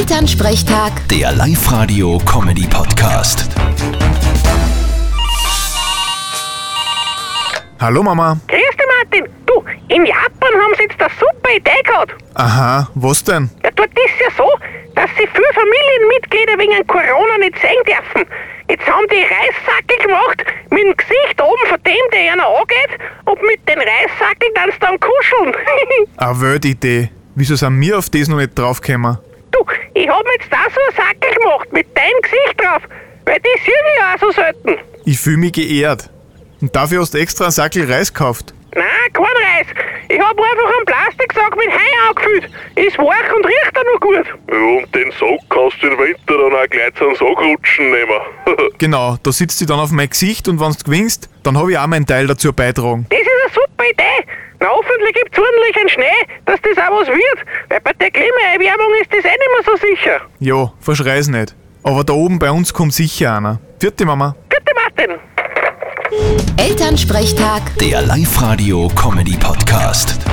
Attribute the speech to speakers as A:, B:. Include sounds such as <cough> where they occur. A: Elternsprechtag,
B: Der Live-Radio-Comedy-Podcast.
C: Hallo Mama.
D: Grüß dich, Martin. Du, in Japan haben sie jetzt eine super Idee gehabt.
C: Aha, was denn?
D: Ja, dort ist ja so, dass sie viele Familienmitglieder wegen Corona nicht sehen dürfen. Jetzt haben die Reissackel gemacht, mit dem Gesicht oben von dem, der einer angeht, und mit den Reissackeln dann dann kuscheln. <laughs>
C: Eine Weltidee. Wieso sind wir auf das noch nicht draufgekommen?
D: du, ich hab mir jetzt da so einen Sackel gemacht, mit deinem Gesicht drauf, weil die sehe ich ja auch so selten.
C: Ich fühle mich geehrt. Und dafür hast du extra einen Sackel Reis gekauft.
D: Nein, kein Reis. Ich hab einfach einen Plastiksack mit Heu angefüllt. Ist weich und riecht auch noch gut.
E: Ja, und den Sack kannst du im Winter dann auch gleich zum Sackrutschen nehmen.
C: Genau, da sitzt sie dann auf mein Gesicht und wenn du gewinnst, dann habe ich auch meinen Teil dazu beitragen.
D: Das ist eine super Idee. Na, hoffentlich gibt's ordentlich einen Schnee, dass das auch was wird. Weil bei der Klimaerwärmung ist das eh nicht mehr so sicher.
C: Ja, verschrei's nicht. Aber da oben bei uns kommt sicher einer. Vierte Mama.
D: Gute Martin.
A: Elternsprechtag.
B: Der Live-Radio-Comedy-Podcast.